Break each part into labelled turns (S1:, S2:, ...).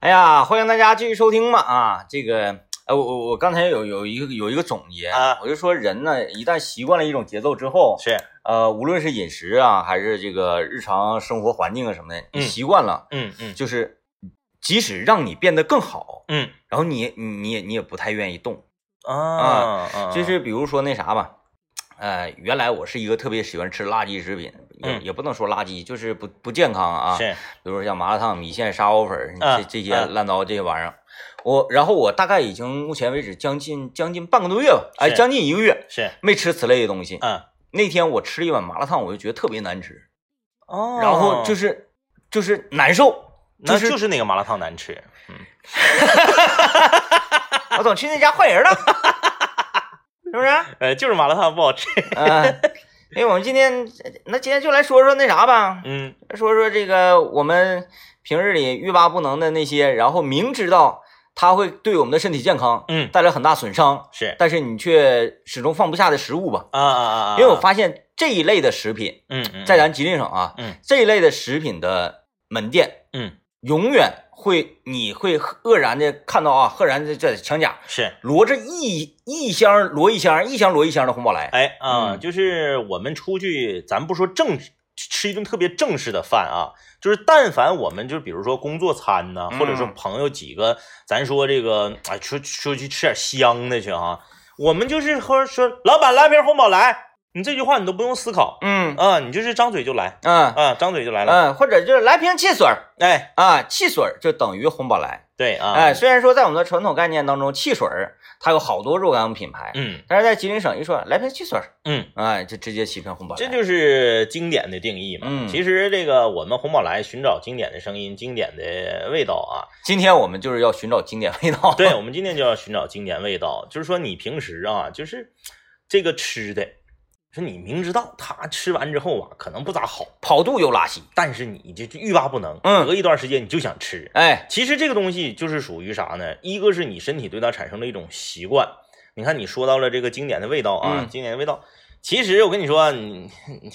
S1: 哎呀，欢迎大家继续收听嘛啊！这个，哎，我我我刚才有有一个有一个总结
S2: 啊
S1: 我就说人呢，一旦习惯了一种节奏之后，
S2: 是，
S1: 呃，无论是饮食啊，还是这个日常生活环境啊什么的，你
S2: 嗯
S1: 习惯了，
S2: 嗯嗯
S1: 就是即使让你变得更好，
S2: 嗯
S1: 然后你也你你也你也不太愿意动。
S2: 啊，
S1: 就，是比如说那啥吧，呃，原来我是一个特别喜欢吃垃圾食品，也
S2: 嗯
S1: 也不能说垃圾，就是不不健康啊。
S2: 是，
S1: 比如说像麻辣烫、米线、沙包粉儿
S2: 啊
S1: 这这些
S2: 啊
S1: 烂糟这些玩意儿，我然后我大概已经目前为止将近将近半个多月吧，哎，
S2: 是
S1: 将近一个月
S2: 是，
S1: 没吃此类的东西。
S2: 嗯，
S1: 那天我吃了一碗麻辣烫，我就觉得特别难吃，
S2: 哦，
S1: 然后就，是就是难受。
S2: 那
S1: 就是
S2: 就是那个麻辣烫难吃，嗯，
S1: 我总去那家换人了， 是不是？
S2: 呃，就是麻辣烫不好吃，
S1: 嗯，因为我们今天那今天就来说说那啥吧，
S2: 嗯
S1: 说说这个我们平日里欲罢不能的那些，然后明知道它会对我们的身体健康
S2: 嗯，
S1: 带来很大损伤，
S2: 是，
S1: 但是你却始终放不下的食物吧。
S2: 啊啊啊，啊
S1: 因为我，发现这一类的食品，
S2: 嗯嗯，
S1: 在咱吉林省啊，
S2: 嗯
S1: 这一类的食品的门店
S2: 嗯
S1: 永远会，你会愕然的看到啊，赫然的在墙角
S2: 是。
S1: 摞着一一箱摞一箱，一箱摞一箱的红宝来。
S2: 哎啊、
S1: 嗯
S2: 就是我们出去，咱不说正吃一顿特别正式的饭啊，就是但凡我们就比如说工作餐呐、
S1: 嗯
S2: 或者说朋友几个，咱说这个哎出出去吃点香的去啊，我们就是说说老板来瓶红宝来，你这句话你都不用思考
S1: 嗯
S2: 啊，你就是张嘴就来
S1: 嗯
S2: 啊，张嘴就来了，
S1: 嗯，或者就是来瓶汽水儿
S2: 哎
S1: 啊，汽水儿就等于红宝来。
S2: 对啊，
S1: 哎，虽然说在我们的传统概念当中，汽水儿它有好多若干个品牌，
S2: 嗯
S1: 但是在吉林省一说来瓶汽水儿，
S2: 嗯，
S1: 哎，就直接起瓶红宝来。
S2: 这就是经典的定义嘛。
S1: 嗯
S2: 其实这个我们红宝来寻找经典的声音、经典的味道啊，
S1: 今天我们就是要寻找经典味道。
S2: 对，我们今天就要寻找经典味道，就是说你平时啊，就是这个吃的，是你明知道他吃完之后啊，可能不咋好，
S1: 跑肚又拉稀，
S2: 但是你就就欲罢不能，
S1: 嗯
S2: 隔一段时间你就想吃。
S1: 哎，
S2: 其实这个东西就是属于啥呢？一个是你身体对它产生了一种习惯。你看，你说到了这个经典的味道啊，
S1: 嗯
S2: 经典的味道。其实我跟你说啊，你你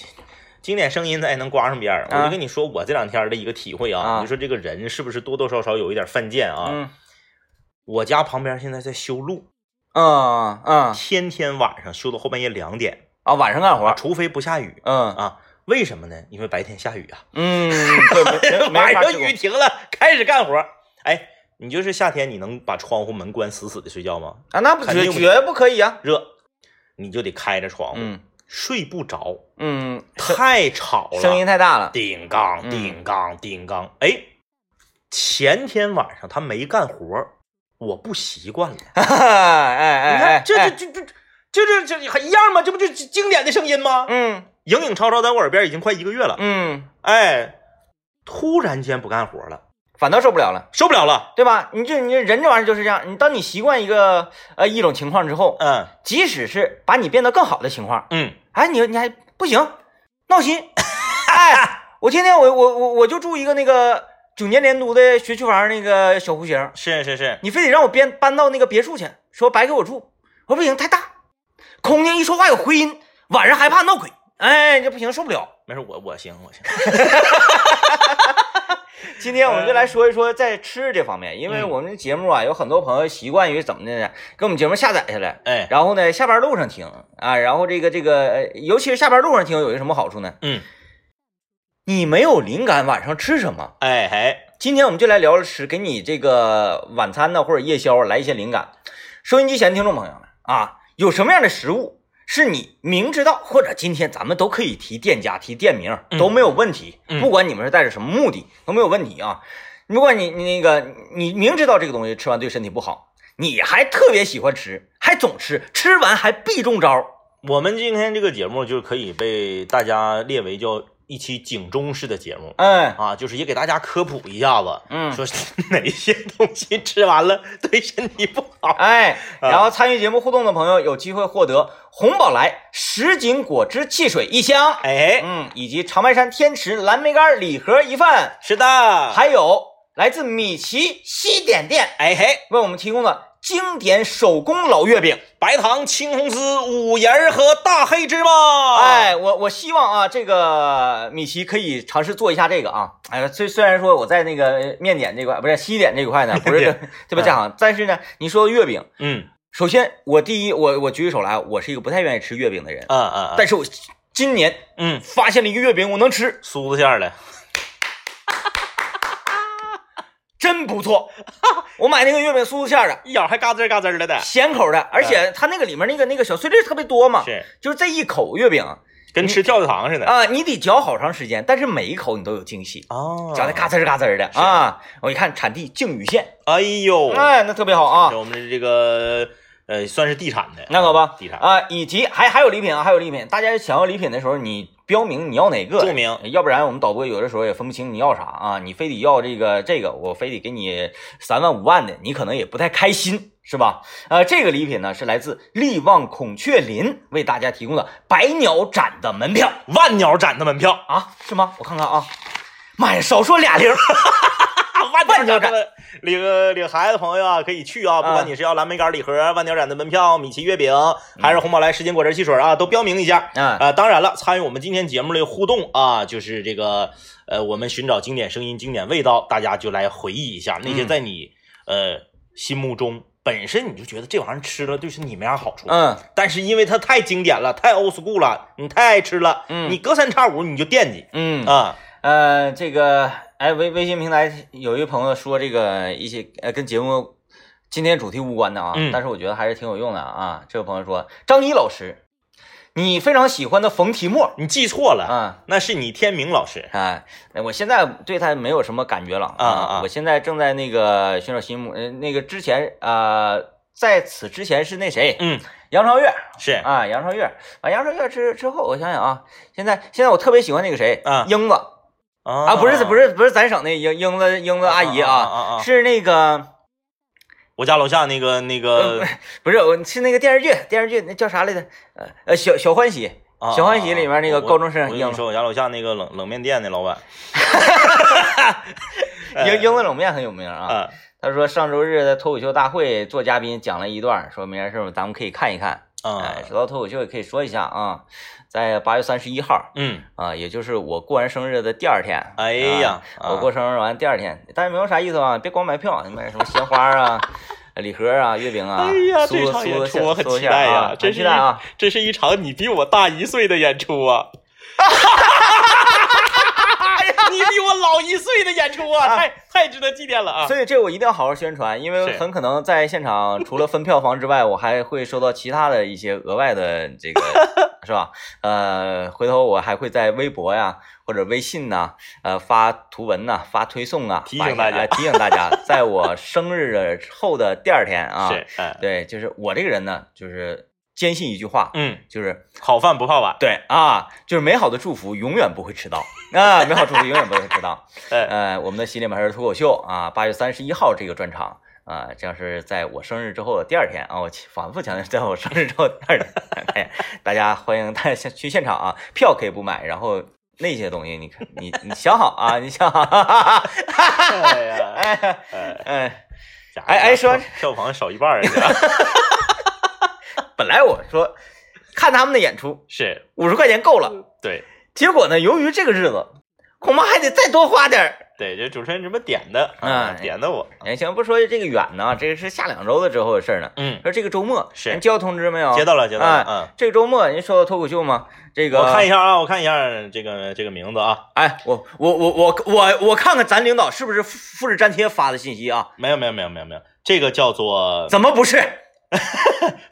S2: 经典声音咱也能挂上边儿。我
S1: 啊
S2: 就跟你说我这两天的一个体会啊，
S1: 啊
S2: 你说这个人是不是多多少少有一点犯贱啊？
S1: 嗯
S2: 我家旁边现在在修路，
S1: 嗯嗯
S2: 天天晚上修到后半夜两点，
S1: 啊，晚上干活，
S2: 除非不下雨
S1: 嗯
S2: 啊。为什么呢？因为白天下雨啊，
S1: 嗯，对，没没
S2: 晚
S1: 没啥
S2: 上
S1: 事
S2: 雨
S1: 故
S2: 停了，开始干活。哎，你就是夏天，你能把窗户门关死死的睡觉吗？
S1: 啊，那不
S2: 肯定
S1: 绝
S2: 不
S1: 绝不可以啊。
S2: 热，你就得开着窗户，
S1: 嗯
S2: 睡不着，
S1: 嗯，
S2: 太吵了，
S1: 声音太大了。
S2: 叮当
S1: 嗯
S2: 叮当叮当。哎，前天晚上他没干活，我不习惯了。
S1: 哎哎
S2: 你
S1: 哎
S2: 看，，这
S1: 哎
S2: 这这这。这这这还一样吗？这不就经典的声音吗？
S1: 嗯
S2: 影影绰绰在我耳边已经快一个月了。
S1: 嗯，
S2: 哎，突然间不干活了，
S1: 反倒受不了了。
S2: 受不了了。
S1: 对吧？你这你这人这玩意儿就是这样，你当你习惯一个呃一种情况之后，
S2: 嗯
S1: 即使是把你变得更好的情况，
S2: 嗯，
S1: 哎，你你还不行，闹心。 哎，我天天我我我我就住一个那个九年连读的学区房那个小户型，
S2: 是是是，
S1: 你非得让我编搬到那个别墅去，说白给我住，我说不行，太大，空间一说话有回音，晚上害怕闹鬼，哎，这不行，受不了。
S2: 没事，我我行我行。
S1: 今天我们就来说一说在吃这方面，因为我们节目啊，有很多朋友习惯于怎么的呢？给我们节目下载下来，
S2: 哎，
S1: 然后呢，下班路上听啊，然后这个这个，呃尤其是下班路上听有一个什么好处呢？
S2: 嗯，
S1: 你没有灵感，晚上吃什么？
S2: 哎哎，
S1: 今天我们就来聊聊吃，给你这个晚餐呢或者夜宵来一些灵感。收音机前的听众朋友们啊，有什么样的食物是你明知道或者今天咱们都可以提店家、提店名
S2: 嗯
S1: 都没有问题，
S2: 嗯
S1: 不管你们是带着什么目的都没有问题啊。如果你你那个你明知道这个东西吃完对身体不好，你还特别喜欢吃，还总吃，吃完还必中招。
S2: 我们今天这个节目就可以被大家列为叫一期警钟式的节目
S1: 哎，
S2: 啊，就是也给大家科普一下子，
S1: 嗯
S2: 说是哪些东西吃完了对身体不好。
S1: 哎，然后参与节目互动的朋友有机会获得红宝来什锦果汁汽水一箱，
S2: 哎，
S1: 嗯，以及长白山天池蓝莓干礼盒一份，
S2: 是的，
S1: 还有来自米奇西点店
S2: 哎嘿，
S1: 为我们提供的经典手工老月饼。
S2: 白糖、青红丝、五仁儿和大黑芝麻。，
S1: 哎，我我希望啊，这个米奇可以尝试做一下这个啊。哎，虽虽然说我在那个面点这块，不是西点这一块呢，不是
S2: 面
S1: 特特别在行，啊但是呢，你说月饼，
S2: 嗯
S1: 首先我第一，我我举起手来，啊我是一个不太愿意吃月饼的人，
S2: 嗯嗯，
S1: 啊但是我今年
S2: 嗯，
S1: 发现了一个月饼，我能吃，
S2: 酥子馅儿的，
S1: 真不错。我买那个月饼酥馅儿的，
S2: 一咬还嘎吱嘎吱的的，
S1: 咸口的，而且它那个里面那个那个小碎粒特别多嘛，
S2: 是
S1: 就是这一口月饼啊、
S2: 跟吃跳跳糖似的。
S1: 你得嚼好长时间，但是每一口你都有惊喜。
S2: 哦
S1: 嚼的嘎吱嘎吱的啊！我一看产地靖宇县，
S2: 哎呦，
S1: 哎，那特别好啊
S2: 这。我们这个呃算是地产的，
S1: 那可不
S2: 地产
S1: 啊，以及还还有礼品啊，还有礼品。大家想要礼品的时候，你标明你要哪个，
S2: 注明
S1: 要不然我们导播有的时候也分不清你要啥啊。你非得要这个这个，我非得给你三万五万的，你可能也不太开心，是吧？呃，这个礼品呢是来自力旺孔雀林为大家提供的百鸟展的门票
S2: 万鸟展的门票，
S1: 啊，是吗？我看看啊，妈呀，少说俩 零儿，
S2: 万
S1: 啊万鸟展
S2: 展的领领孩子朋友啊，可以去啊，不管你是要蓝莓干礼盒、万鸟展的门票、米奇月饼，还是红宝来十斤果汁汽水啊，都标明一下。
S1: 嗯
S2: 啊，当然了，参与我们今天节目的互动啊，就是这个呃，我们寻找经典声音、经典味道，大家就来回忆一下那
S1: 嗯
S2: 些在你、呃心目中本身你就觉得这玩意儿吃了就是你没啥好处，
S1: 嗯，
S2: 但是因为它太经典了，太 old school 了，你太爱吃了，
S1: 嗯
S2: 你隔三差五你就惦记
S1: 嗯
S2: 啊，
S1: 呃，这个哎，微微信平台有一朋友说这个一些呃跟节目今天主题无关的啊，
S2: 嗯
S1: 但是我觉得还是挺有用的啊。这位朋友说，张一老师，你非常喜欢的冯提莫
S2: 你记错了，
S1: 啊。
S2: 那是你天明老师，
S1: 啊，哎我现在对他没有什么感觉了
S2: 啊啊啊
S1: 我现在正在那个寻找新目，呃，那个之前呃，在此之前是那谁，
S2: 嗯，
S1: 杨超越
S2: 是，
S1: 啊，杨超越，完杨超越之之后，我想想啊，现在现在我特别喜欢那个谁，
S2: 啊
S1: 英子，
S2: 啊
S1: 啊，不是不，是不是咱省那英英子英子阿姨
S2: 啊啊啊啊
S1: 啊，是那个
S2: 我家楼下那个那
S1: 呃
S2: 个
S1: 不是我是那个电视剧电视剧那叫啥来着？呃呃小小欢喜，
S2: 啊
S1: 小欢喜里面那个高中
S2: 我
S1: 生
S2: 我
S1: 英
S2: 跟你说，我家楼下那个冷冷面店的老板，
S1: 英英子冷面很有名啊。
S2: 哎啊
S1: 他说上周日的脱口秀大会做嘉宾讲了一段，说明儿是不是咱们可以看一看？
S2: 啊
S1: 哎，，说到脱口秀也可以说一下啊，在八月三十一号
S2: 嗯，
S1: 啊，也就是我过完生日的第二天。啊
S2: 哎呀，
S1: 我过生日完第二天，但是没有啥意思啊，别光买票，你买什么鲜花 啊、礼盒啊、月饼啊、
S2: 哎呀
S1: 酥
S2: 这场演
S1: 酥
S2: 出
S1: 馅
S2: 我很
S1: 酥
S2: 期
S1: 馅
S2: 待呀
S1: 啊，
S2: 真
S1: 很
S2: 是
S1: 期待啊！
S2: 这是一场你比我大一岁的演出 啊！你比我老一岁的演出啊，
S1: 啊
S2: 太太值得纪念了啊！
S1: 所以这我一定要好好宣传，因为
S2: 是
S1: 很可能在现场除了分票房之外，我还会收到其他的一些额外的这 个，是吧？呃，回头我还会在微博呀或者微信呐、呃发图文呐、发推送啊，
S2: 提醒大
S1: 把
S2: 家
S1: 一些哎提醒大 家，在我生日的后的第二天啊，
S2: 是，哎
S1: 对，就是我这个人呢，就是坚信一句话，
S2: 嗯，
S1: 就是。
S2: 好饭不怕晚，
S1: 对啊，就是美好的祝福永远不会迟到啊，美好祝福永远不会迟到。
S2: 哎，
S1: 呃，我们的心里面还是脱口秀啊，八月三十一号这个专场啊，这样是在我生日之后的第二天啊，我反复强调，在我生日之后的第二天，哎，大家欢迎大家先去现场啊，票可以不买，然后那些东西你看你你想好啊，你想好，
S2: 哎 呀，
S1: 哎
S2: 哎
S1: 哎，
S2: 哎
S1: 哎哎说
S2: 票房少一半儿啊，
S1: 本来我说看他们的演出
S2: 是
S1: 五十块钱够了，
S2: 对
S1: 结果呢，由于这个日子，恐怕还得再多花点儿。
S2: 对，这主持人怎么点的啊？
S1: 哎
S2: 点的我，
S1: 哎，行，不说这个远呢，这个是下两周的之后的事儿呢。
S2: 嗯，
S1: 说这个周末
S2: 是
S1: 人接到通知没有？
S2: 接到了，接到了，
S1: 哎
S2: 嗯。
S1: 这个周末您收到脱口秀吗？这个
S2: 我看一
S1: 下，
S2: 下啊，我看一下这个这个名字啊，
S1: 哎，我我我我我我看看咱领导是不是复复制粘贴发的信息啊？
S2: 没有没有没有没有没有，这个叫做
S1: 怎么不是？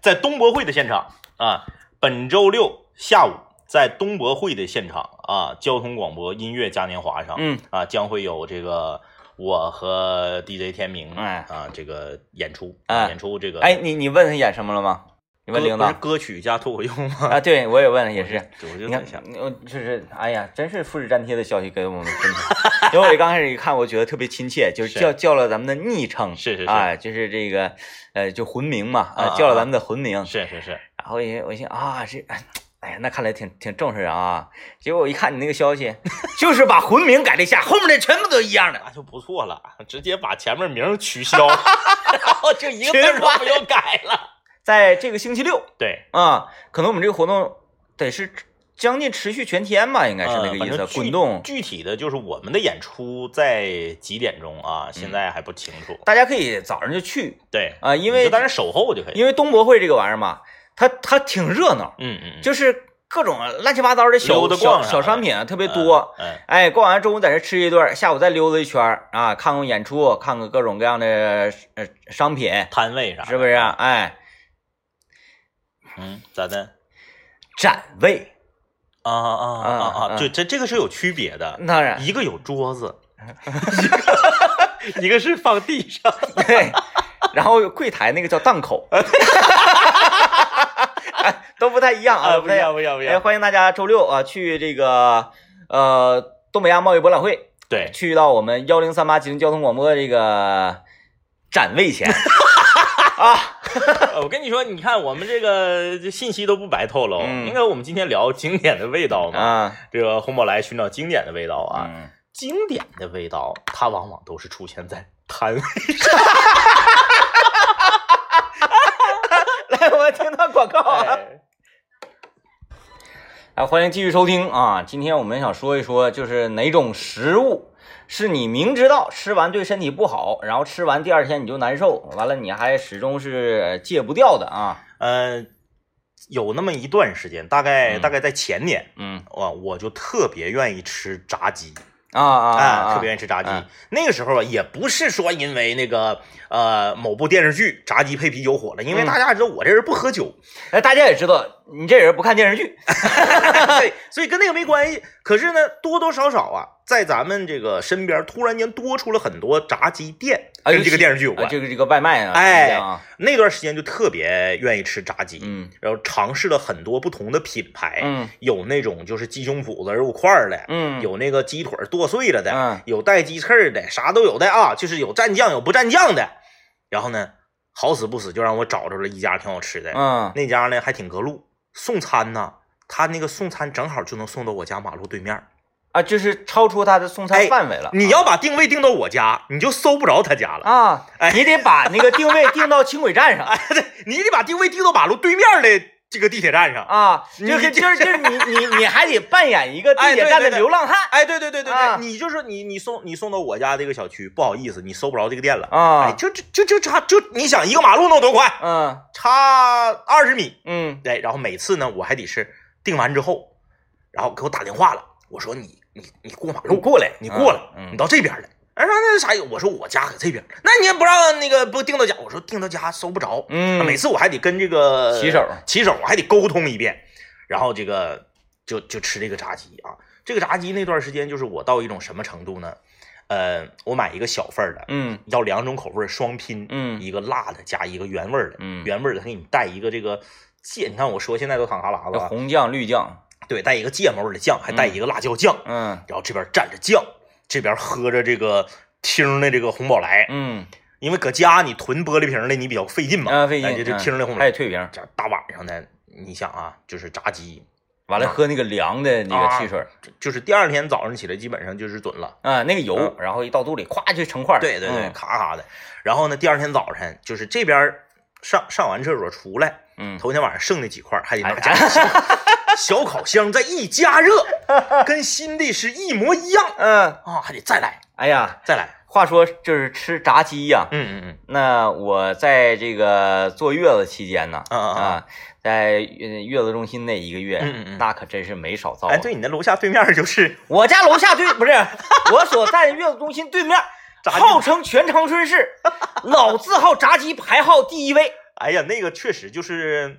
S2: 在东博会的现场啊，本周六下午在东博会的现场啊，交通广播音乐嘉年华上，
S1: 嗯
S2: 啊，将会有这个我和 DJ 天明，
S1: 哎
S2: 啊，这个演出，
S1: 哎
S2: 演出这个
S1: 哎，你你问他演什么了吗？你
S2: 歌
S1: 问领
S2: 不
S1: 导
S2: 是歌曲加脱口秀吗？
S1: 啊？对，我也问了，也是。
S2: 我就
S1: 你
S2: 在
S1: 看
S2: 想，，
S1: 我就是，哎呀，真是复制粘贴的消息给我们分享，因为我刚开始一看，我觉得特别亲切，就是
S2: 是
S1: 叫叫了咱们的昵称，
S2: 是是是
S1: 啊，就是这个，呃，就魂名嘛，
S2: 啊啊
S1: 叫了咱们的魂名，
S2: 是是是，
S1: 然后也我一想啊，这，哎哎呀，那看来挺挺重视啊。结果我一看你那个消息， 就是把魂名改了一下，后面的全部都一样的。
S2: 那就不错了，直接把前面名儿取消， 然后哦就一个字儿
S1: 全
S2: 都
S1: 完
S2: 不用改了。
S1: 在这个星期六
S2: 对，
S1: 啊，可能我们这个活动得是将近持续全天吧，应该是那
S2: 呃
S1: 个
S2: 反
S1: 意
S2: 正
S1: 思。
S2: 具
S1: 滚动，
S2: 具体的就是我们的演出在几点钟啊？现在还不清楚。
S1: 大家可以早上就去
S2: 对，
S1: 啊，因
S2: 你
S1: 为
S2: 就在那守候就可以。
S1: 因为东博会这个玩意儿嘛，它它挺热闹，
S2: 嗯嗯，
S1: 就是各种乱七八糟的小
S2: 溜达
S1: 小
S2: 逛啥
S1: 小
S2: 的
S1: 商品啊，特
S2: 别
S1: 别多。。
S2: 嗯，
S1: 哎，逛完中午在这吃一顿，下午再溜达一圈儿啊，看看演出，看看各种各样的呃商品，
S2: 摊位啥的
S1: 是不是？？哎，
S2: 嗯，咋的？
S1: 展位
S2: 啊啊啊
S1: 啊啊嗯
S2: 啊！对，这这个是有区别的，
S1: 当然，
S2: 一个有 桌子，一个 一个是放地上。
S1: 对，然后柜台那个叫档 口，哎都不太一样啊，
S2: 啊，
S1: 都
S2: 不
S1: 太
S2: 一样，。不一样，不一
S1: 哎，
S2: 样。
S1: 欢迎大家周六啊去这个呃东北亚贸易博览会
S2: 对，
S1: 去到我们幺零三八吉林交通广播这个展位 前啊，
S2: 呃 我跟你说，你看我们这个这信息都不白透露。
S1: 嗯
S2: 因为我们今天聊经典的味道嘛，
S1: 啊
S2: 这个红宝来寻找经典的味道啊，
S1: 嗯，
S2: 经典的味道，它往往都是出现在 摊位。
S1: 来，我听到广告啊，哎，欢迎继续收听啊，今天我们想说一说，就是哪种食物。是你明知道吃完对身体不好，然后吃完第二天你就难受，完了你还始终是戒不掉的啊。
S2: 呃，有那么一段时间，大概、
S1: 嗯
S2: 大概在前年，
S1: 嗯
S2: 我我就特别愿意吃炸鸡，
S1: 啊啊
S2: 哎、
S1: 啊，
S2: 特别愿意吃炸鸡。
S1: 啊
S2: 那个时候啊，也不是说因为那个呃某部电视剧炸鸡配啤酒火了，因为
S1: 嗯
S2: 大家知道我这人不喝酒，
S1: 哎，大家也知道，你这人不看电视剧，
S2: 对，所以跟那个没关系。可是呢，多多少少啊，在咱们这个身边突然间多出了很多炸鸡店，
S1: 啊
S2: 跟
S1: 尤
S2: 这
S1: 其
S2: 个电视剧有
S1: 啊
S2: 关。
S1: 这个这个外卖啊，
S2: 哎
S1: 啊，
S2: 那段时间就特别愿意吃炸鸡，
S1: 嗯
S2: 然后尝试了很多不同的品牌，
S1: 嗯
S2: 有那种就是鸡胸脯子肉块儿的，
S1: 嗯，
S2: 有那个鸡腿儿剁碎了的，
S1: 嗯
S2: 有带鸡翅儿的，啥都有的啊，就是有蘸酱有不蘸酱的。然后呢，好死不死就让我找着了一家挺好吃的，
S1: 嗯
S2: 那家呢还挺隔路，送餐呢，他那个送餐正好就能送到我家马路对面儿。
S1: 啊，就是超出他的送餐
S2: 哎
S1: 范围了。
S2: 你要把定位定到我家，你就搜不着他家了。
S1: 啊，
S2: 哎
S1: 你得把那个定位定到轻轨站上
S2: 哎，对，你得把定位定到马路对面儿的这个地铁站上。
S1: 啊，就
S2: 你
S1: 是就是就是你 你你还得扮演一个地
S2: 哎
S1: 铁
S2: 对
S1: 站的
S2: 对对
S1: 流浪汉
S2: 哎，对对对对对，
S1: 啊
S2: 你就说你你送你送到我家这个小区，不好意思，你搜不着这个店了。哎，
S1: 啊，
S2: 就就就就差就你想一个马路弄多快，
S1: 嗯
S2: 差二十米。
S1: 嗯
S2: 哎，然后每次呢，我还得是订完之后，然后给我打电话了，我说你你你过马
S1: 给我
S2: 路，
S1: 过来
S2: 你过来，
S1: 嗯
S2: 你到这边来。哎，然后那啥，我说我家搁这边，那你也不让那个不订到家，我说订到家搜不着，
S1: 嗯，
S2: 每次我还得跟这个
S1: 骑手
S2: 骑手，我还得沟通一遍，然后这个就就吃这个炸鸡啊。这个炸鸡那段时间就是我到一种什么程度呢？呃，我买一个小份儿的，
S1: 嗯
S2: 要两种口味儿双拼，
S1: 嗯
S2: 一个辣的加一个原味儿的，
S1: 嗯
S2: 原味儿的它给你带一个这个芥，你看我说现在都淌哈喇子
S1: 这
S2: 啊，
S1: 红酱绿酱，
S2: 对，带一个芥末味儿的酱，还带一个辣椒酱，
S1: 嗯
S2: 然后这边蘸着酱，这边喝着这个听的这个红宝来，
S1: 嗯
S2: 因为搁家你囤玻璃瓶儿的你比较费劲嘛，
S1: 啊，费
S2: 咱
S1: 劲，
S2: 哎这这
S1: 嗯
S2: 听的红宝
S1: 还
S2: 来
S1: 得，退瓶，
S2: 这大晚上的，你想啊，就是炸鸡，
S1: 完了
S2: 啊
S1: 喝那个凉的那个
S2: 啊
S1: 汽水儿
S2: 这就是第二天早上起来基本上就是准了。
S1: 啊，那个油
S2: 嗯，
S1: 然后一到肚里咵就成块儿，
S2: 对对对，
S1: 嗯
S2: 咔咔的。然后呢，第二天早晨就是这边儿上上完厕所出来，
S1: 嗯，
S2: 头天晚上剩的几块儿还得拿
S1: 哎
S2: 家里小 小烤箱再一加热，跟新的是一模一样
S1: 嗯，
S2: 啊，还得再来
S1: 哎呀，
S2: 再来。
S1: 话说就是吃炸鸡呀，
S2: 嗯嗯嗯
S1: 那我在这个坐月子期间呢，
S2: 啊啊啊！
S1: 啊，在月月子中心那一个月，
S2: 嗯嗯嗯
S1: 那可真是没少造。
S2: 哎，，对，你那楼下对面儿就是
S1: 我家楼下对不 是我所在月子中心对面，
S2: 炸鸡
S1: 号称全长春市 老字号炸鸡排号第一位，
S2: 哎呀，那个确实就是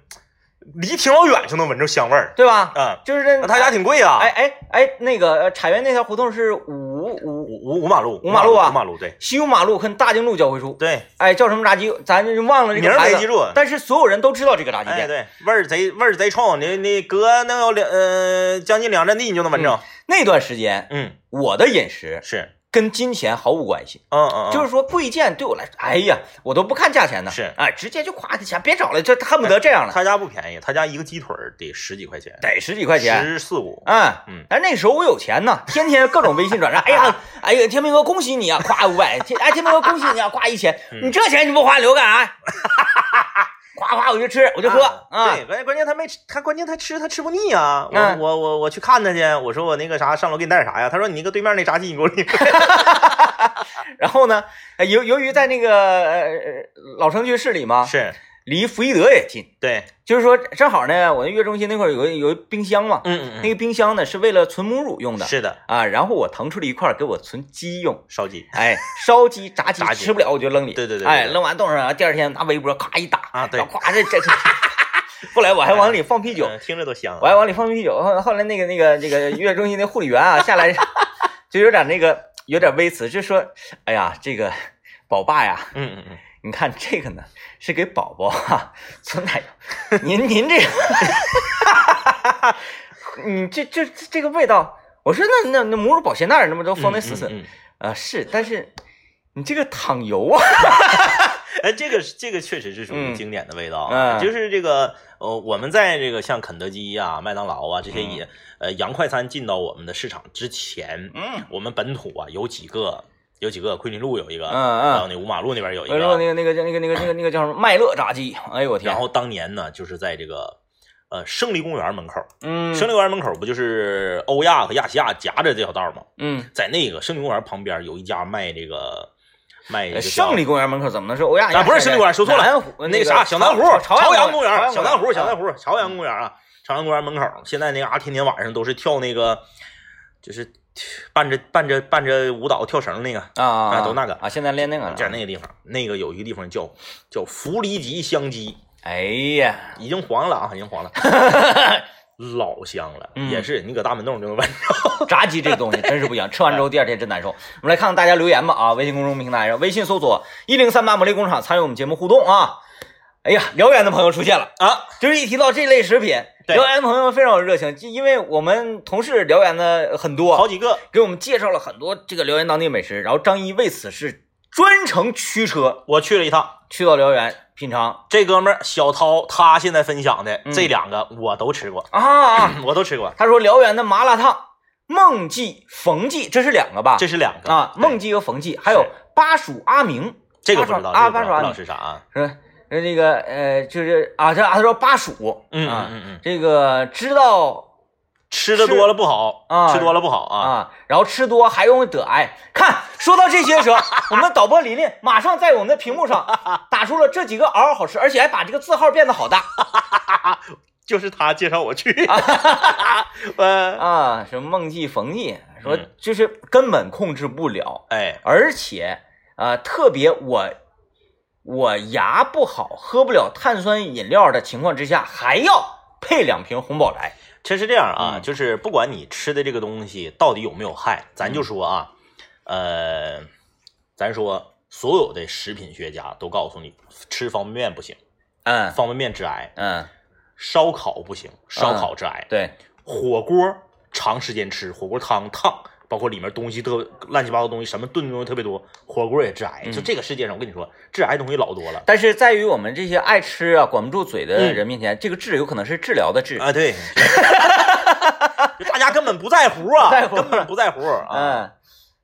S2: 离挺老远就能闻着香味儿
S1: 对吧？
S2: 啊。
S1: 就是这
S2: 那他家挺贵啊，
S1: 哎，哎哎，那个呃产院那条胡同是五五
S2: 五五五马路，
S1: 五马路啊
S2: 五马路对
S1: 西五马路跟大经路交汇处，
S2: 对，
S1: 哎，叫什么炸鸡？咱就忘了这
S2: 名
S1: 个
S2: 儿
S1: 牌
S2: 没记
S1: 子，
S2: 住。
S1: 但是所有人都知道这个炸鸡
S2: 哎，
S1: 店。
S2: 对，味儿贼味儿贼冲，你你隔能有两呃将近两站地你就能闻着。
S1: 那段时间
S2: 嗯，
S1: 我的饮食
S2: 是
S1: 跟金钱毫无关系。
S2: 嗯嗯，
S1: 就是是说贵贱对我来说，哎呀，我都不看价钱呢，
S2: 是
S1: 哎，直接就夸他钱，别找了，这恨不得这样了，
S2: 他家不便宜，他家一个鸡腿儿得十几块钱，
S1: 得十几块钱，
S2: 十四五，
S1: 哎，
S2: 嗯啊
S1: 哎，那时候我有钱呢，天天各种微信转账，哎呀，哎呀，天明哥恭喜你啊，夸五百，天哎天明哥恭喜你啊，夸一千，
S2: 嗯
S1: 你这钱你不花留干啥？夸夸我就吃我就喝啊，
S2: 对，关键关键他没吃，他关键他吃他吃不腻啊！我、
S1: 嗯
S2: 我我我去看他去，我说我那个啥上楼给你带点啥呀？他说你那个对面那炸鸡你给我领。
S1: 然后呢，呃由由于在那个呃呃老城区市里嘛，
S2: 是，
S1: 离福义德也近，
S2: 对，
S1: 就是说正好呢，我那月中心那块儿有个有个冰箱嘛，
S2: 嗯嗯
S1: 那个冰箱呢是为了存母乳用
S2: 嗯，
S1: 的
S2: 是的，
S1: 啊，然后我腾出了一块儿给我存鸡用。
S2: 烧鸡
S1: 哎，烧鸡、炸鸡
S2: 炸鸡
S1: 吃不了，我就扔里。
S2: 对对对对
S1: 哎，扔完冻上，第二天拿微波咔一打
S2: 啊对
S1: 然后咵这 这这。后来我还往里放啤酒，
S2: 嗯听着都香啊。
S1: 我还往里放啤酒。后后来那个那个这个月中心的护理员啊下来，就有点那个有点微词，就说：“哎呀，这个宝爸呀，
S2: 嗯嗯嗯，
S1: 你看这个呢是给宝宝哈、啊、存奶油，您您这个， 你这这这个味道，我说那那那母乳保鲜袋儿那不都封的死死的？
S2: 嗯嗯嗯
S1: 啊，是，但是你这个淌油啊，
S2: 哎，这个是这个确实是属于
S1: 嗯
S2: 经典的味道，啊
S1: 嗯
S2: 就是这个呃，我们在这个像肯德基啊、麦当劳啊这些
S1: 嗯
S2: 也、呃洋快餐进到我们的市场之前，
S1: 嗯
S2: 我们本土啊有几个有几个奎林路有一个，
S1: 嗯嗯
S2: 然后那五马路那边有一
S1: 我呃说
S2: 个，
S1: 那个那个那个那个那个那个叫什么麦乐炸鸡，哎呦我天，
S2: 然后当年呢就是在这个呃胜利公园门口，
S1: 嗯
S2: 胜利公园门口不就是欧亚和亚细亚夹着这条道吗？
S1: 嗯，
S2: 在那个胜利公园旁边有一家卖这个卖这个叫
S1: 胜利公园门口怎么能是哎欧亚？
S2: 啊，不是胜利公园，说错了，
S1: 南湖
S2: 那
S1: 个
S2: 个啥，小南湖，
S1: 朝
S2: 朝阳
S1: 公
S2: 园，小南湖，小南
S1: 湖，
S2: 湖，朝阳公园啊，朝阳公园门口，现在那嘎、天天晚上都是跳那个，就是伴着伴着伴着舞蹈跳绳那个，
S1: 啊啊
S2: 啊都那个
S1: 啊，现在练那个了，
S2: 在那个地方，那个有一个地方叫叫弗里吉香鸡，
S1: 哎呀，
S2: 已经黄了啊，已经黄了，老香了，
S1: 嗯
S2: 也是你搁大门洞就能闻着。
S1: 炸鸡这东西真是不行，吃完之后第二天真难受。我们来看看大家留言吧啊，微信公众平台上，微信搜索一零三八魔力工厂，参与我们节目互动啊。哎呀，辽源的朋友出现了。
S2: 啊，
S1: 就是一提到这类食品，
S2: 对
S1: 辽源朋友们非常有热情，就因为我们同事辽源的很
S2: 好
S1: 多，
S2: 几个，
S1: 给我们介绍了很多这个辽源当地美食。然后张一为此是专程驱车
S2: 我去了一趟。
S1: 去到辽源品尝
S2: 这哥们儿小涛，他现在分享的、
S1: 嗯
S2: 这两个我都吃过，
S1: 啊。
S2: 我都吃过，
S1: 他说辽源的麻辣烫、梦记、冯记，这是两个吧？
S2: 这是两个
S1: 啊，
S2: 对
S1: 梦记和冯记，还有
S2: 是
S1: 巴蜀阿明，
S2: 这个不知道，
S1: 阿
S2: 这
S1: 巴蜀阿
S2: 个不知道不知
S1: 明
S2: 道是啥啊？
S1: 是是这个呃，就是啊，这啊他说巴蜀，
S2: 嗯
S1: 啊
S2: 嗯嗯嗯
S1: 这个知道
S2: 吃的多了不好
S1: 啊
S2: 吃多了不好啊。
S1: 啊，然后吃多还容易得癌。看，说到这些 的时候，我们的导播琳琳马上在我们的屏幕上 打出了这几个嗷嗷好吃，而且还把这个字号变得好大
S2: 就是他介绍我去， 呃，
S1: 啊，什么梦记、冯记，说
S2: 嗯
S1: 就是根本控制不了，
S2: 哎，
S1: 而且啊，呃特别我我牙不好，喝不了碳酸饮料的情况之下，还要配两瓶红宝来。
S2: 真是这样啊，
S1: 嗯
S2: 就是不管你吃的这个东西到底有没有害，咱
S1: 嗯
S2: 就说啊，呃，咱说所有的食品学家都告诉你，吃方便面不行，
S1: 嗯
S2: 方便面致癌，
S1: 嗯，
S2: 烧烤不行，烧烤致癌，
S1: 对，
S2: 火锅长时间吃，火锅汤烫，包括里面东西特乱七八糟东西，什么炖的东西特别多，火锅也致癌。
S1: 嗯
S2: 就这个世界上，我跟你说，致癌东西老 多了
S1: 但是在于我们这些爱吃啊、管不住嘴的
S2: 嗯
S1: 人面前，这个治有可能是治疗的治。
S2: 啊！对，就大家根本不在乎啊，
S1: 不在乎
S2: 根本不在乎啊。
S1: 嗯，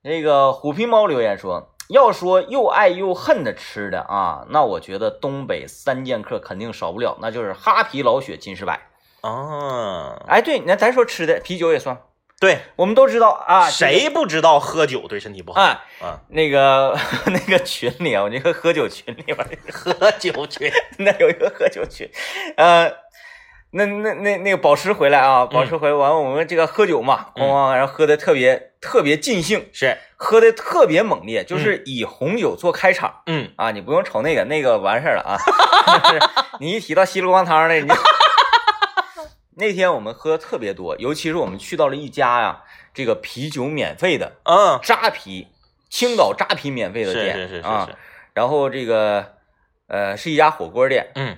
S1: 那个虎皮猫留言说，要说又爱又恨的吃的啊，那我觉得东北三剑客肯定少不了，那就是哈啤、老雪、金士百。
S2: 啊，
S1: 哎，对，那咱说吃的，啤酒也算，
S2: 对，
S1: 我们都知道啊，
S2: 谁不知道喝酒对身体不好
S1: 啊？
S2: 啊？
S1: 那个那个群里啊，我那个喝酒群里边，
S2: 喝酒去，
S1: 那有一个喝酒群，呃，那那那那个宝石回来啊，
S2: 嗯
S1: 宝石回来完，我们这个喝酒嘛，咣咣，然后喝的特别特别尽兴，
S2: 是，
S1: 喝的特别猛烈，就是以红酒做开场。
S2: 嗯，
S1: 啊，你不用瞅那个，那个完事儿了啊。 就是你一提到西罗光汤那，你就 那天我们喝特别多，尤其是我们去到了一家呀、这个啤酒免费的
S2: 嗯，
S1: 扎啤，青岛扎啤免费的
S2: 是是
S1: 店
S2: 是是
S1: 啊
S2: 是，，
S1: 然后这个呃是一家火锅店，
S2: 嗯，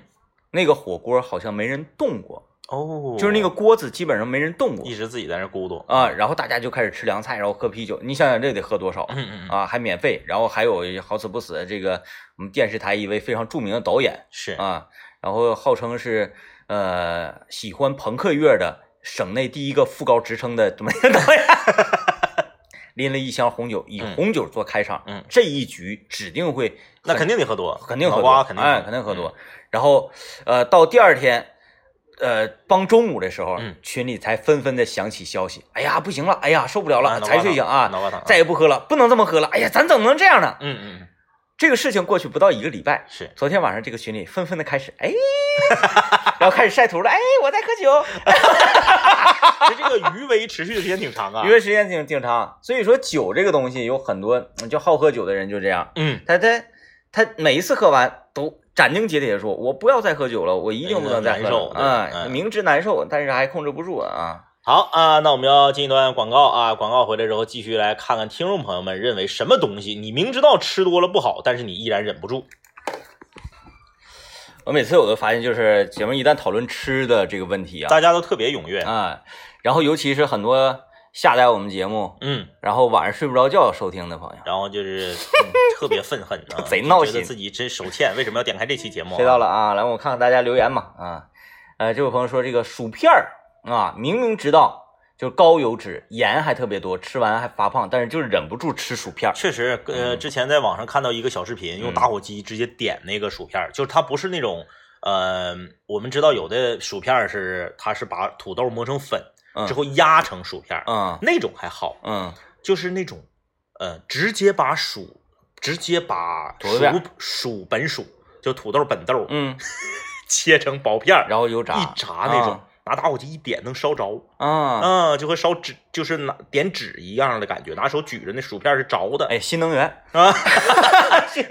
S1: 那个火锅好像没人动过，
S2: 哦，
S1: 就是那个锅子基本上没人动过
S2: 一直自己在那咕嘟，
S1: 啊，然后大家就开始吃凉菜，然后喝啤酒。你想想这得喝多少
S2: 嗯嗯嗯，
S1: 啊？还免费，然后还有好死不死这个我们电视台一位非常著名的导演
S2: 是，
S1: 啊，然后号称是呃喜欢朋克乐的省内第一个副高职称的这么一个导演，拎了一箱红酒，以
S2: 嗯
S1: 红酒做开场，
S2: 嗯
S1: 这一局指定会
S2: 那
S1: 很
S2: 肯定得喝多，啊
S1: 肯定喝
S2: 脑
S1: 多，
S2: 瓜肯定嗯
S1: 哎
S2: 喝
S1: 肯定喝多。然后呃，到第二天，呃，帮中午的时候，
S2: 嗯
S1: 群里才纷纷的响起消息，哎呀，不行了，哎呀，受不了
S2: 啊
S1: 了，
S2: 脑
S1: 才
S2: 瓜
S1: 睡
S2: 疼
S1: 醒啊，
S2: 脑瓜疼，
S1: 再也不喝了，不能这么喝了，哎呀，咱怎么能这样呢？
S2: 嗯嗯嗯
S1: 这个事情过去不到一个礼拜，
S2: 是，
S1: 昨天晚上这个群里纷纷的开始，哎， 然后开始晒图了，哎，我在喝酒，
S2: 其实这个余威持续的时间挺长啊
S1: 因，为时间挺挺长，所以说酒这个东西有很多嗯就好喝酒的人就这样，
S2: 嗯，
S1: 他他他每一次喝完都斩钉截铁地说：“我不要再喝酒了，我一定不能再喝
S2: 难受
S1: 了。”啊，
S2: 嗯
S1: 明知难受，但是还控制不住啊。
S2: 好啊，那我们要进一段广告啊，广告回来之后继续来看看听众朋友们认为什么东西你明知道吃多了不好，但是你依然忍不住，
S1: 我每次我都发现，就是节目一旦讨论吃的这个问题啊，
S2: 大家都特别踊跃，
S1: 啊，然后尤其是很多下载我们节目，
S2: 嗯，
S1: 然后晚上睡不着觉收听的朋友，
S2: 然 后就是、嗯特别愤恨啊，
S1: 贼闹
S2: 觉得
S1: 心
S2: 自己真手欠，为什么要点开这期节目、啊？
S1: 知道了啊，来我看看大家留言吧啊。呃，这位朋友说这个薯片儿啊，明明知道就是高油脂，盐还特别多，吃完还发胖，但是就是忍不住吃薯片儿。
S2: 确实，呃，
S1: 嗯
S2: 之前在网上看到一个小视频，用打火机直接点那个薯片儿，就是它不是那种，呃，我们知道有的薯片儿是它是把土豆磨成粉
S1: 嗯
S2: 之后压成薯片儿，
S1: 嗯
S2: 那种还好，
S1: 嗯，
S2: 就是那种，呃，直接把薯，直接把
S1: 土豆片
S2: 薯薯本薯，就土豆本豆、
S1: 嗯，
S2: 切成薄片儿，
S1: 然后油炸，
S2: 一炸那种，
S1: 啊
S2: 拿打火机一点能烧着，
S1: 啊，
S2: 嗯、就和烧纸就是拿点纸一样的感觉，拿手举着那薯片儿是着的，
S1: 哎，新能源，
S2: 啊，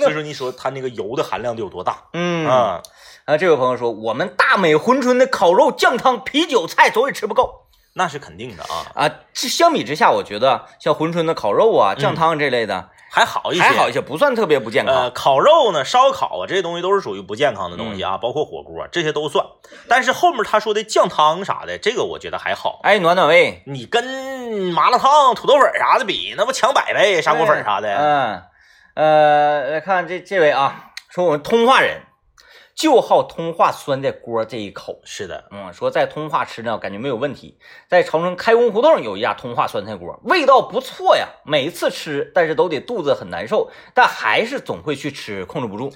S2: 所以说你说它那个油的含量得有多大
S1: 嗯啊，
S2: 啊？
S1: 这位朋友说，我们大美珲春的烤肉、酱汤、啤酒、菜总也吃不够
S2: 那是肯定的啊，
S1: 啊。这相比之下，我觉得像珲春的烤肉
S2: 嗯
S1: 啊、酱汤这类的
S2: 还好一些，
S1: 还好一些，不算特别不健康。
S2: 呃，烤肉呢、烧烤啊，这些东西都是属于不健康的东西
S1: 嗯
S2: 啊，包括火锅、这些都算。但是后面他说的酱汤啥的，这个我觉得还好。
S1: 哎，暖暖胃，
S2: 你跟麻辣烫、土豆粉啥的比，那不强百倍，砂锅粉啥的。
S1: 嗯，呃，来看这这位啊，说我们通化人就好通化酸菜锅这一口。
S2: 是的，
S1: 嗯，说在通化吃呢，感觉没有问题。在长春开公胡同有一家通化酸菜锅，味道不错呀。每次吃，但是都得肚子很难受，但还是总会去吃，控制不住。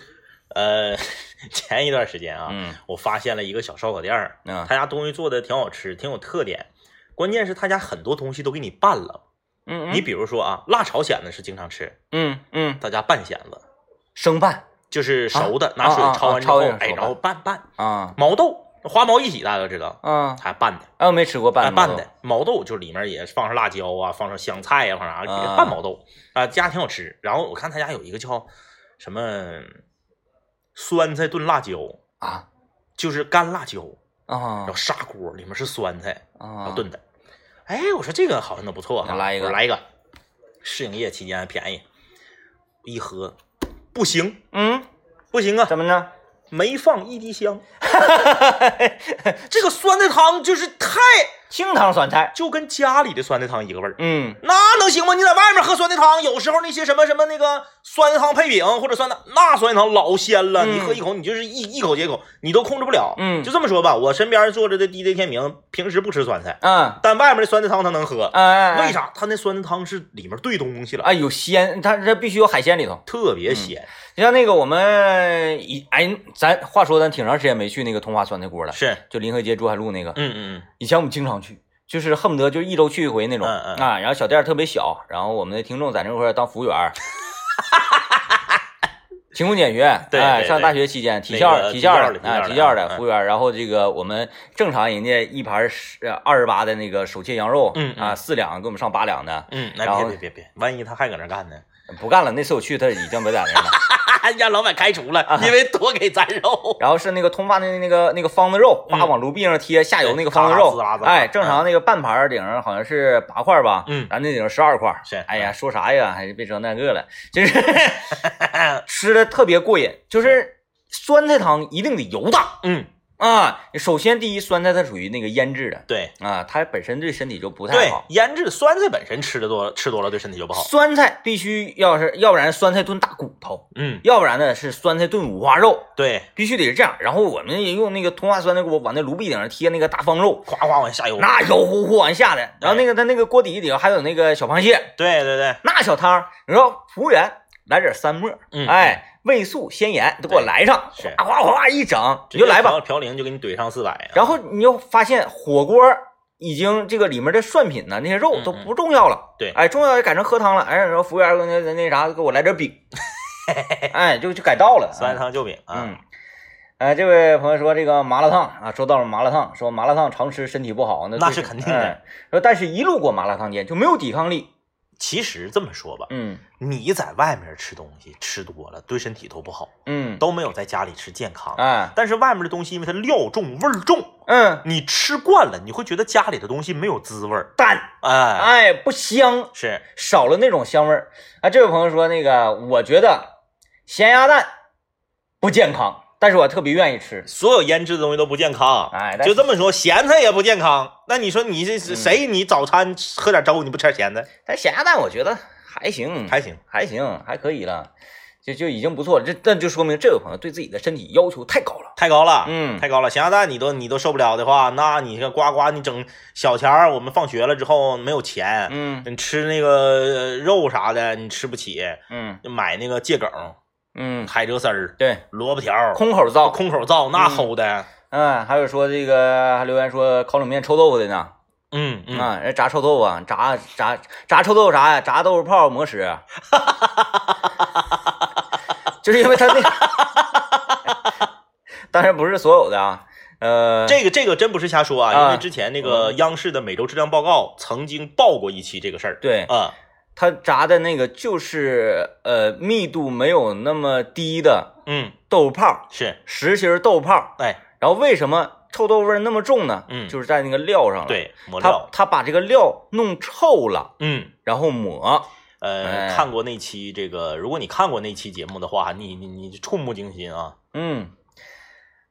S2: 呃， 前一段时间啊，
S1: 嗯
S2: 我发现了一个小烧烤店儿，
S1: 嗯
S2: 他家东西做的挺好吃，挺有特点。关键是他家很多东西都给你拌了。
S1: 嗯
S2: 你比如说啊，辣炒蚬子是经常吃，
S1: 嗯嗯，
S2: 他家拌蚬子
S1: 生拌
S2: 就是熟的，拿
S1: 啊啊
S2: 水焯完之后，
S1: 啊焯一下
S2: 哎，
S1: 熟
S2: 然后拌拌
S1: 啊
S2: 毛豆、花毛一体，大家都知道，
S1: 啊，
S2: 还拌的，
S1: 哎，我没吃过
S2: 哎
S1: 拌
S2: 拌的毛豆就里面也放上辣椒啊，放上香菜呀、放上啥，
S1: 啊
S2: 也拌毛豆啊，家挺好吃。然后我看他家有一个叫什么酸菜炖辣椒，
S1: 啊
S2: 就是干辣椒，
S1: 啊
S2: 然后砂锅里面是酸菜，然
S1: 啊
S2: 后，炖的。哎，我说这个好像都不错哈，
S1: 那来一个
S2: 我说来一个。试营业期间还便宜，一喝不行
S1: 嗯，
S2: 不行啊，
S1: 怎么呢？
S2: 没放一 滴香。这个酸菜汤就是太
S1: 清汤酸菜，
S2: 就跟家里的酸菜汤一个味儿，
S1: 嗯
S2: 那能行吗？你在外面喝酸菜汤，有时候那些什么什么那个酸菜汤配饼或者酸菜，那酸菜汤老鲜了，
S1: 嗯
S2: 你喝一口你就是一一口接一口，你都控制不了。
S1: 嗯
S2: 就这么说吧，我身边坐着的 DJ 天明平时不吃酸菜，
S1: 啊
S2: 但外面的酸菜汤他能喝，
S1: 啊，
S2: 为？啥？他那酸菜汤是里面兑东西了，哎
S1: 啊，有鲜，它这必须有海鲜里头。
S2: 特别鲜。
S1: 就像那个我们以哎，咱话说咱挺长时间没去那个通化酸菜锅了，
S2: 嗯是，
S1: 就临河街珠海路那个。
S2: 嗯嗯
S1: 以前我们经常去，就是恨不得就一周去一回那种、
S2: 嗯嗯
S1: 啊。然后小店儿特别小，然后我们的听众在那块儿当服务员 儿，勤工俭学，
S2: 对
S1: 哎，
S2: 对
S1: 上
S2: 对
S1: 大学期间体
S2: 那
S1: 校
S2: 个
S1: 儿
S2: 体
S1: 体校
S2: 校
S1: 儿的
S2: 的体校
S1: 哎
S2: 的
S1: 体校儿
S2: 嗯嗯
S1: 的服务员儿。然后这个我们正常人家一盘十二十八的那个手切羊肉，
S2: 嗯嗯
S1: 啊，四两给我们上八两的，
S2: 嗯嗯，那
S1: 然
S2: 别
S1: 后
S2: 别别别，万一他还搁那干 呢？
S1: 不干了。那次我去他已经不在那儿了。
S2: 啊让老板开除了，因为多给咱肉。
S1: 然后是那个通发的那个那个方子肉，
S2: 嗯
S1: 叭往炉壁上贴，下油那个方子
S2: 对
S1: 肉
S2: 嘎啦滋啦滋，啦
S1: 哎，正常那个半盘儿顶上好像是八块吧，
S2: 嗯
S1: 然后那顶上十二块，
S2: 是嗯
S1: 哎呀，说啥呀，还是别整那个了，就是 吃的特别过瘾，就是酸菜汤一定得油大，
S2: 嗯，
S1: 啊，首先第一，酸菜它属于那个腌制的
S2: 对
S1: 啊，它本身对身体就不太
S2: 对
S1: 好，。
S2: 腌制酸菜本身吃的多，吃多了对身体就不好。
S1: 酸菜必须要是，要不然酸菜炖大骨头，
S2: 嗯，
S1: 要不然呢是酸菜炖五花肉，
S2: 对，
S1: 必须得是这样。然后我们也用那个通化酸菜锅往那炉壁顶上贴那个大方肉，
S2: 夸夸往下油。
S1: 那油乎乎往下的。然后那个它那个锅底底下还有那个小螃蟹，
S2: 对对对，
S1: 那小汤儿，你说服务员来点三沫，
S2: 嗯
S1: 哎，味素、鲜盐都给我
S2: 对
S1: 来上，
S2: 是
S1: 哗哗哗一整，
S2: 直
S1: 你
S2: 接
S1: 就来吧。
S2: 瓢，嘌呤就给你怼上四百。啊
S1: 然后你就发现火锅已经这个里面的涮品呢，那些肉都不重要了。
S2: 嗯对
S1: 哎，重要的改成喝汤了。哎，然后服务员给我那那啥，给我来点 饼。哎，就就改道了。
S2: 酸菜汤救饼啊，
S1: 嗯。哎，这位朋友说这个麻辣烫啊，说到了麻辣烫，说麻辣烫常吃身体不好，那
S2: 那
S1: 对
S2: 是肯定的
S1: 哎说但是一路过麻辣烫店就没有抵抗力。
S2: 其实这么说吧，
S1: 嗯
S2: 你在外面吃东西吃多了，对身体都不好，
S1: 嗯，
S2: 都没有在家里吃健康。
S1: 哎
S2: 但是外面的东西，因为它料重味儿重，
S1: 嗯，
S2: 你吃惯了，你会觉得家里的东西没有滋味儿。
S1: 淡
S2: 哎，
S1: 哎不香，
S2: 是
S1: 少了那种香味儿。啊，这位朋友说那个，我觉得咸鸭蛋不健康，但是我特别愿意吃。
S2: 所有腌制的东西都不健康。
S1: 哎，但嗯
S2: 就这么说，咸菜也不健康。那你说你这是谁？你早餐喝点粥，你不吃点咸的
S1: 但咸鸭蛋我觉得还行，
S2: 还行？
S1: 还行，还可以了，就就已经不错了。这但就说明这位朋友对自己的身体要求太高了。
S2: 太高了，
S1: 嗯
S2: 啊太高了。咸鸭蛋你都你都受不了的话，那你这呱呱，你整小钱儿，我们放学了之后没有钱，
S1: 嗯
S2: 你吃那个呃肉啥的，你吃不起，
S1: 嗯
S2: 买那个芥梗、
S1: 嗯，
S2: 海蜇丝儿、
S1: 对，
S2: 萝卜条、
S1: 空口造。
S2: 空口灶，那齁的，
S1: 嗯，还有说这个还留言说烤冷面臭豆腐的呢，
S2: 嗯嗯，
S1: 啊，人炸臭豆腐啊，炸炸炸臭豆腐啥呀？炸豆腐泡磨屎，啊 就是因为他那， 当然不是所有的啊，呃，
S2: 这个这个真不是瞎说啊，
S1: 啊
S2: 因为之前那个央视的每周质量报告曾经报过一期这个事儿，
S1: 对，
S2: 啊、
S1: 他炸的那个就是呃密度没有那么低的
S2: 嗯，
S1: 豆腐泡，
S2: 是，
S1: 实心儿豆腐泡。
S2: 哎，
S1: 然后为什么臭豆腐味儿那么重呢？
S2: 嗯
S1: 就是在那个料上了。，
S2: 对，抹
S1: 他
S2: 料，
S1: 他把这个料弄臭了，
S2: 嗯。
S1: 然后抹。
S2: 呃，
S1: 哎
S2: 看过那期这个，如果你看过那期节目的话，你你你触目惊心啊！
S1: 嗯，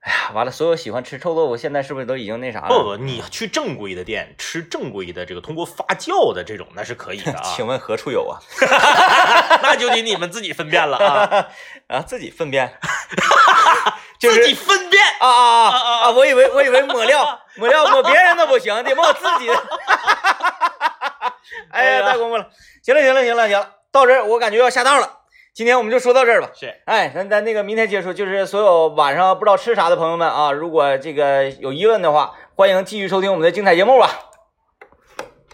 S1: 哎呀，完了，所有喜欢吃臭豆腐，现在是不是都已经那啥了？
S2: 不不，啊你去正规的店吃正规的这个通过发酵的这种，那是可以的 啊。
S1: 请问何处有啊？
S2: 那就得你们自己分辨了啊，
S1: 啊，自己粪 便， 就是
S2: 自己分辨。
S1: 啊啊
S2: 啊
S1: 啊
S2: 啊
S1: 啊！我以为我以为抹料抹料抹别人的不行，得抹自己的。 哎
S2: 哎呀
S1: 呀，大功夫了！行了行了行了行了，到这儿我感觉要下道了。今天我们就说到这儿吧。
S2: 是，
S1: 哎，咱咱那个明天接触，就是所有晚上不知道吃啥的朋友们啊，如果这个有疑问的话，欢迎继续收听我们的精彩节目吧。